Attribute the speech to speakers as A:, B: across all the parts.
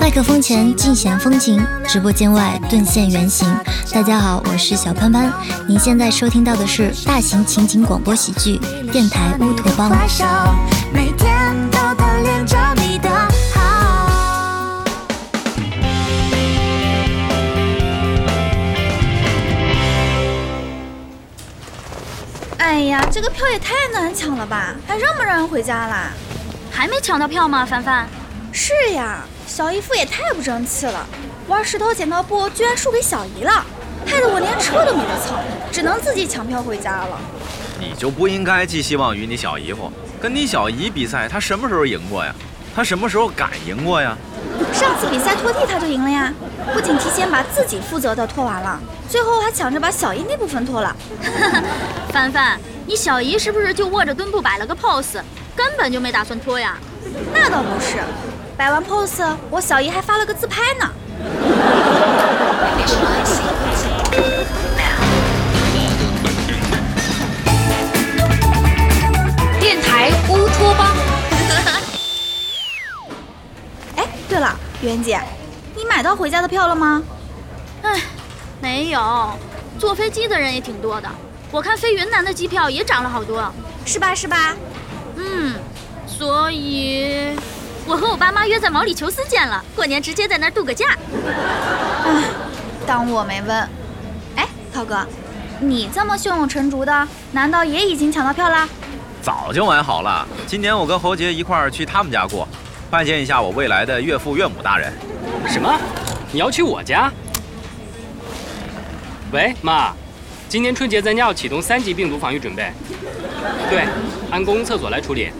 A: 麦克风前尽显风情，直播间外顿现原形。大家好，我是小潘潘，您现在收听到的是大型情景广播喜剧电台乌托邦。每天都等恋着你的好。
B: 哎呀，这个票也太难抢了吧，还让不让人回家啦？
C: 还没抢到票吗？凡凡，
B: 是呀，小姨夫也太不争气了，玩石头剪刀布居然输给小姨了，害得我连车都没得蹭，只能自己抢票回家了。
D: 你就不应该寄希望于你小姨夫，跟你小姨比赛，他什么时候赢过呀？他什么时候敢赢过呀？
B: 上次比赛拖地他就赢了呀，不仅提前把自己负责的拖完了，最后还抢着把小姨那部分拖了。
C: 凡凡，你小姨是不是就握着墩布摆了个 pose，根本就没打算拖呀？
B: 那倒不是，摆完 pose，我小姨还发了个自拍呢。
E: 电台乌托邦。
B: 哎，对了，袁姐，你买到回家的票了吗？
C: 唉，没有，坐飞机的人也挺多的，我看飞云南的机票也涨了好多。
B: 是吧？是吧？
C: 嗯，所以我和我爸妈约在毛里求斯见了，过年直接在那儿度个假。
B: 唉，当我没问。哎，涛哥，你这么胸有成竹的，难道也已经抢到票啦？
D: 早就买好了。今年我跟侯杰一块儿去他们家过，拜见一下我未来的岳父岳母大人。
F: 什么？你要去我家？喂，妈，今年春节咱家要启动三级病毒防御准备，对，按公共厕所来处理。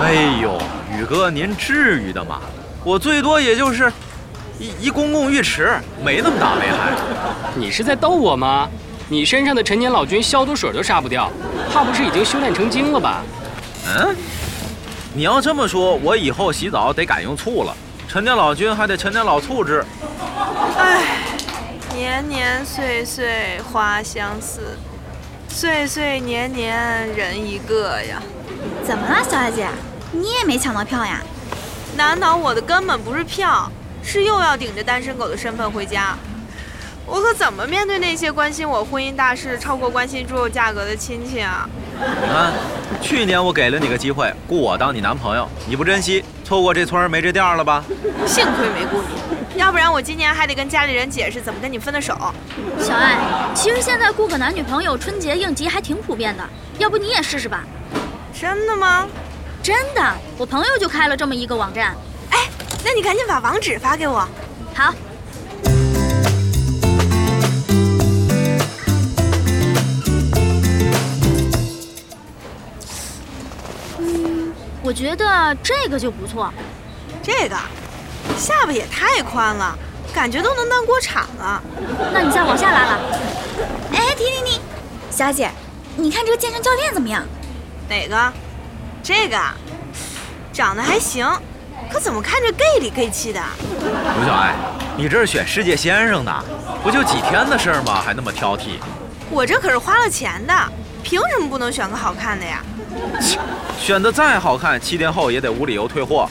D: 哎呦，宇哥，您至于的吗？我最多也就是一一公共浴池，没那么大危害。
F: 你是在逗我吗？你身上的陈年老菌消毒水都杀不掉，怕不是已经修炼成精了吧？
D: 嗯，你要这么说，我以后洗澡得改用醋了，陈年老菌还得陈年老醋治。
G: 唉，年年岁岁花相似，岁岁年年人一个呀。
B: 怎么了，小艾姐？你也没抢到票呀？
G: 难倒我的根本不是票，是又要顶着单身狗的身份回家。我可怎么面对那些关心我婚姻大事超过关心猪肉价格的亲戚啊？
D: 你看，去年我给了你个机会，雇我当你男朋友，你不珍惜，错过这村儿没这店儿了吧？
G: 幸亏没雇你，要不然我今年还得跟家里人解释怎么跟你分的手。
C: 小艾，其实现在雇个男女朋友春节应急还挺普遍的，要不你也试试吧？
G: 真的吗？
C: 真的，我朋友就开了这么一个网站。
G: 哎，那你赶紧把网址发给我。
C: 好。嗯，我觉得这个就不错。
G: 这个下巴也太宽了，感觉都能当锅铲了。
C: 那你再往下拉拉。
B: 哎，停停停，小姐，你看这个健身教练怎么样？
G: 哪个？这个啊长得还行，可怎么看着 gay 里 gay 气的？啊
D: 刘小爱，哎你这是选世界先生呢？不就几天的事儿吗？还那么挑剔？
G: 我这可是花了钱的，凭什么不能选个好看的呀？
D: 切，选的再好看，七天后也得无理由退货。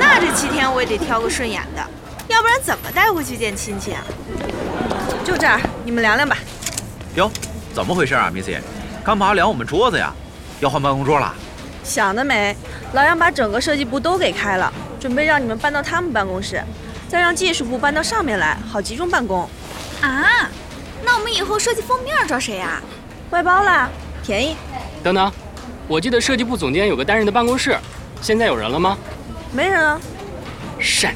G: 那这七天我也得挑个顺眼的，要不然怎么带回去见亲戚啊？就这儿，你们量量吧。
D: 哟，怎么回事啊，Miss？干嘛量我们桌子呀？要换办公桌了？
G: 想得美！老杨把整个设计部都给开了，准备让你们搬到他们办公室，再让技术部搬到上面来，好集中办公。
B: 啊，那我们以后设计封面找谁呀、啊？
G: 外包啦，便宜。
F: 等等，我记得设计部总监有个单人的办公室，现在有人了吗？
G: 没人啊。
F: 善。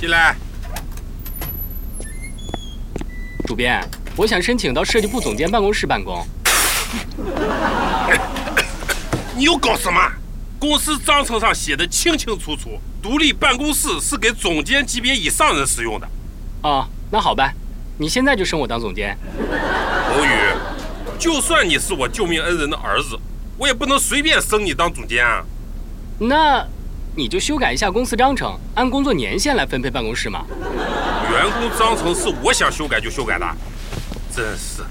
H: 进来。
F: 主编，我想申请到设计部总监办公室办公。
H: 你又搞什么？公司章程上写的清清楚楚，独立办公室是给总监级别以上人使用的。
F: 哦，那好办，你现在就升我当总监。
H: 侯宇，就算你是我救命恩人的儿子，我也不能随便升你当总监啊。
F: 那。你就修改一下公司章程，按工作年限来分配办公室嘛。
H: 员工章程是我想修改就修改的，真是。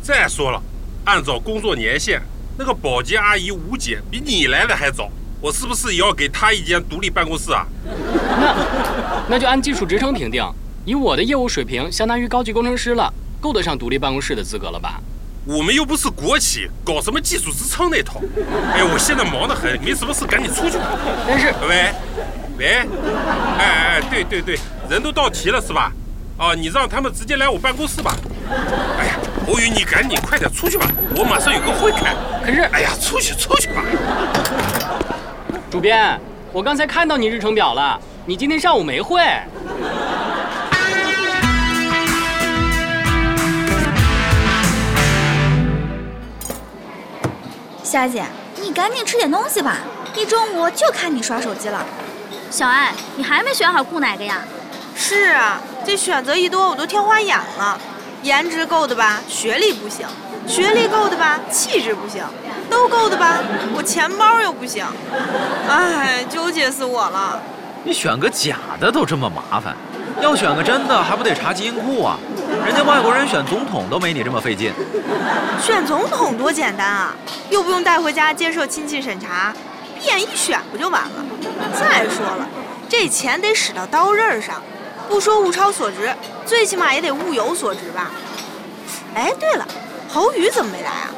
H: 再说了，按照工作年限，那个保洁阿姨吴姐比你来的还早，我是不是也要给她一间独立办公室啊？
F: 那就按技术职称评定，以我的业务水平，相当于高级工程师了，够得上独立办公室的资格了吧？
H: 我们又不是国企，搞什么技术职称那套？哎呦，我现在忙得很，没什么事，赶紧出去吧。
F: 但是
H: 喂，喂，哎哎哎，对对对，人都到齐了是吧？啊，你让他们直接来我办公室吧。哎呀，侯宇，你赶紧快点出去吧，我马上有个会开。
F: 可是
H: 哎呀，出去出去吧。
F: 主编，我刚才看到你日程表了，你今天上午没会。
B: 霞姐，你赶紧吃点东西吧，一中午就看你刷手机了。
C: 小艾，你还没选好雇哪个呀？
G: 是啊，这选择一多，我都天花眼了。颜值够的吧，学历不行；学历够的吧，气质不行；都够的吧，我钱包又不行。哎，纠结死我了。
D: 你选个假的都这么麻烦，要选个真的还不得查基因库啊？人家外国人选总统都没你这么费劲。
G: 选总统多简单啊，又不用带回家接受亲戚审查，闭眼一选不就完了？再说了，这钱得使到刀刃上，不说物超所值，最起码也得物有所值吧？哎，对了，侯宇怎么没来啊？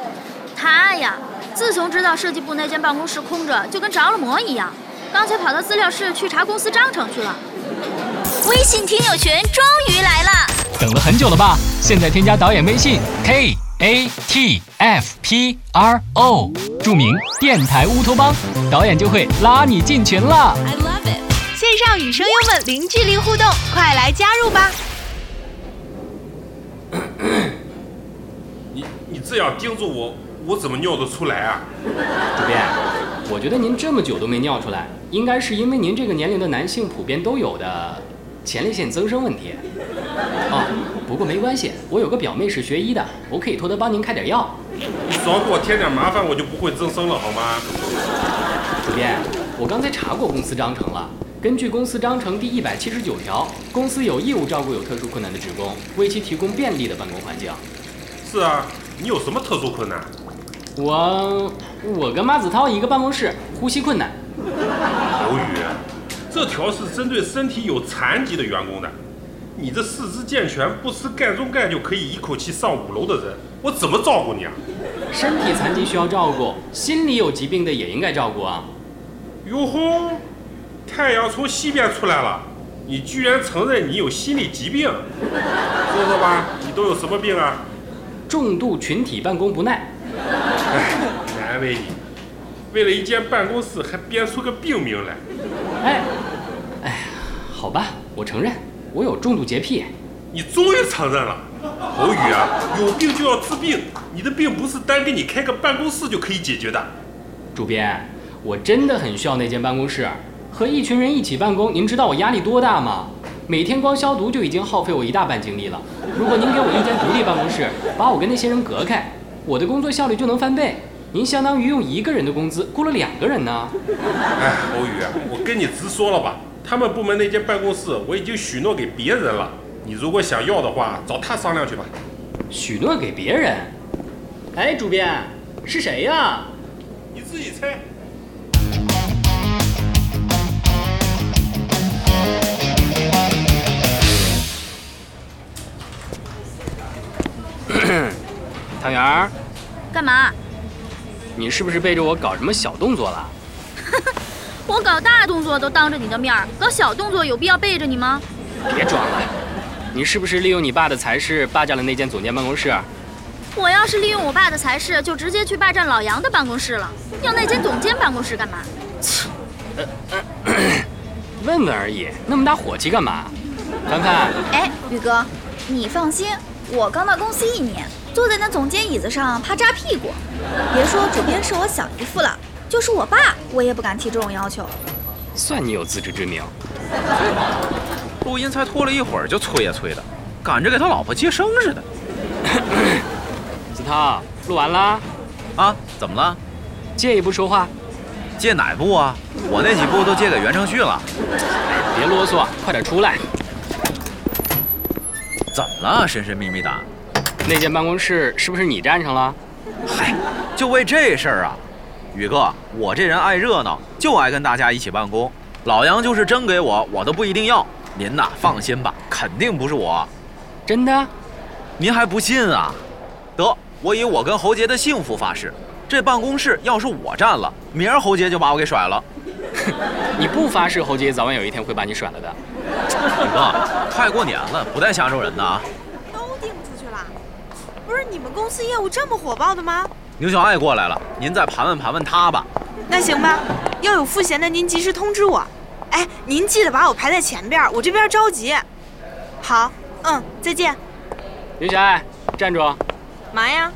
C: 他呀，自从知道设计部那间办公室空着，就跟着了魔一样，刚才跑到资料室去查公司章程去了。微信听友群终于来了。
F: 等了很久了吧？现在添加导演微信 k a t f p r o，注明“电台乌托邦”，导演就会拉你进群了。
E: 线上与声优们零距离互动，快来加入吧！
H: 你你这样盯着我，我怎么尿得出来啊？
F: 主编，我觉得您这么久都没尿出来，应该是因为您这个年龄的男性普遍都有的前列腺增生问题。哦，不过没关系，我有个表妹是学医的，我可以托她帮您开点药。
H: 你少给我添点麻烦，我就不会增生了好吗？
F: 主编，我刚才查过公司章程了。根据公司章程第一百七十九条，公司有义务照顾有特殊困难的职工，为其提供便利的办公环境。
H: 是啊，你有什么特殊困难？
F: 我我跟马子涛一个办公室，呼吸困难。
H: 侯宇，这条是针对身体有残疾的员工的。你这四肢健全、不吃盖中盖就可以一口气上五楼的人，我怎么照顾你啊？
F: 身体残疾需要照顾，心理有疾病的也应该照顾啊。
H: 哟吼，太阳从西边出来了，你居然承认你有心理疾病？说说吧，你都有什么病啊？
F: 重度群体办公不耐，
H: 难为你，为了一间办公室还编出个病名来。
F: 哎，哎，好吧，我承认我有重度洁癖。
H: 你终于承认了，侯宇啊，有病就要治病，你的病不是单给你开个办公室就可以解决的。
F: 主编，我真的很需要那间办公室，和一群人一起办公，您知道我压力多大吗？每天光消毒就已经耗费我一大半精力了。如果您给我一间独立办公室，把我跟那些人隔开，我的工作效率就能翻倍。您相当于用一个人的工资雇了两个人呢。
H: 哎，侯宇啊，我跟你直说了吧，他们部门那间办公室我已经许诺给别人了，你如果想要的话，找他商量去吧。
F: 许诺给别人。哎，主编，是谁呀、
H: 你自己猜。
F: 汤圆儿，
C: 干嘛？
F: 你是不是背着我搞什么小动作了？
C: 我搞大动作都当着你的面儿，搞小动作有必要背着你吗？
F: 别装了，你是不是利用你爸的才势霸占了那间总监办公室？啊
C: 我要是利用我爸的才势，就直接去霸占老杨的办公室了，要那间总监办公室干嘛？
F: 问问而已，那么大火气干嘛？凡凡，
B: 哎，宇哥，你放心，我刚到公司一年，坐在那总监椅子上怕扎屁股。别说主编是我小姨夫了，就是我爸，我也不敢提这种要求。
F: 算你有自知之明。
D: 录音才拖了一会儿就催呀催的，赶着给他老婆接生似的。
F: 子韬，录完啦，
D: 啊，怎么了？
F: 借一步说话。
D: 借哪部啊？我那几部都借给袁承旭了。
F: 别啰嗦，快点出来。
D: 怎么了？神神秘秘的。
F: 那间办公室是不是你占上了？
D: 就为这事儿啊，宇哥，我这人爱热闹，就爱跟大家一起办公。老杨就是真给我，我都不一定要。您呐，放心吧，肯定不是我。
F: 真的？
D: 您还不信啊？得，我以我跟侯杰的幸福发誓，这办公室要是我占了，明儿侯杰就把我给甩了。
F: 你不发誓，侯杰早晚有一天会把你甩了的。
D: 宇哥，快过年了，不带吓着人的啊。
G: 都订出去了。不是你们公司业务这么火爆的吗？
D: 牛小爱过来了，您再盘问盘问她吧。
G: 那行吧，要有赋闲的您及时通知我。哎，您记得把我排在前边儿，我这边着急。好，嗯，再见。
F: 刘小爱，站住！
G: 嘛呀？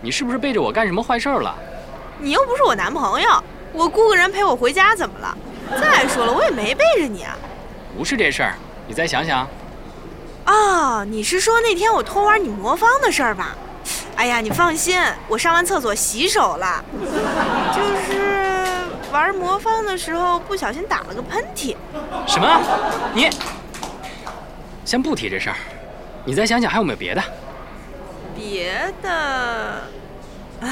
F: 你是不是背着我干什么坏事儿了？
G: 你又不是我男朋友，我雇个人陪我回家怎么了？再说了，我也没背着你啊。
F: 不是这事儿，你再想想。
G: 哦，你是说那天我偷玩你魔方的事儿吧？哎呀，你放心，我上完厕所洗手了，就是玩魔方的时候不小心打了个喷嚏。
F: 什么？你先不提这事儿，你再想想还有没有别的？
G: 别的，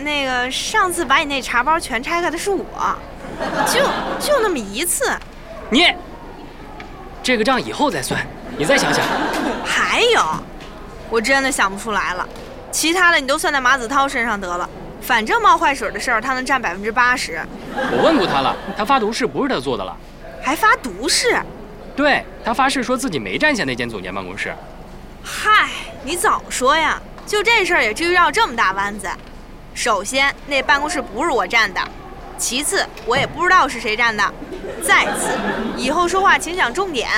G: 那个上次把你那茶包全拆开的是我，就就那么一次。
F: 你这个账以后再算，你再想想。
G: 还有，我真的想不出来了，其他的你都算在马子涛身上得了。反正冒坏水的事儿，他能占百分之八十，
F: 我问过他了，他发毒誓不是他做的了。
G: 还发毒誓。
F: 对他发誓说自己没占下那间总监办公室。
G: 嗨，你早说呀！就这事儿也至于绕这么大弯子？首先，那办公室不是我占的；其次，我也不知道是谁占的；再次，以后说话请讲重点，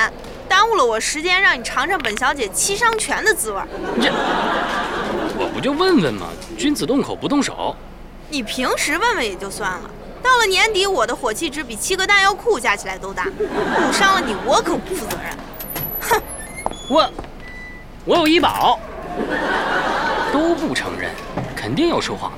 G: 耽误了我时间，让你尝尝本小姐七伤拳的滋味儿。
F: 这我不就问问吗？君子动口不动手。
G: 你平时问问也就算了，到了年底，我的火气值比七个弹药库加起来都大，误伤了你，我可不负责任。
F: 我我有医保，都不承认，肯定有说谎的。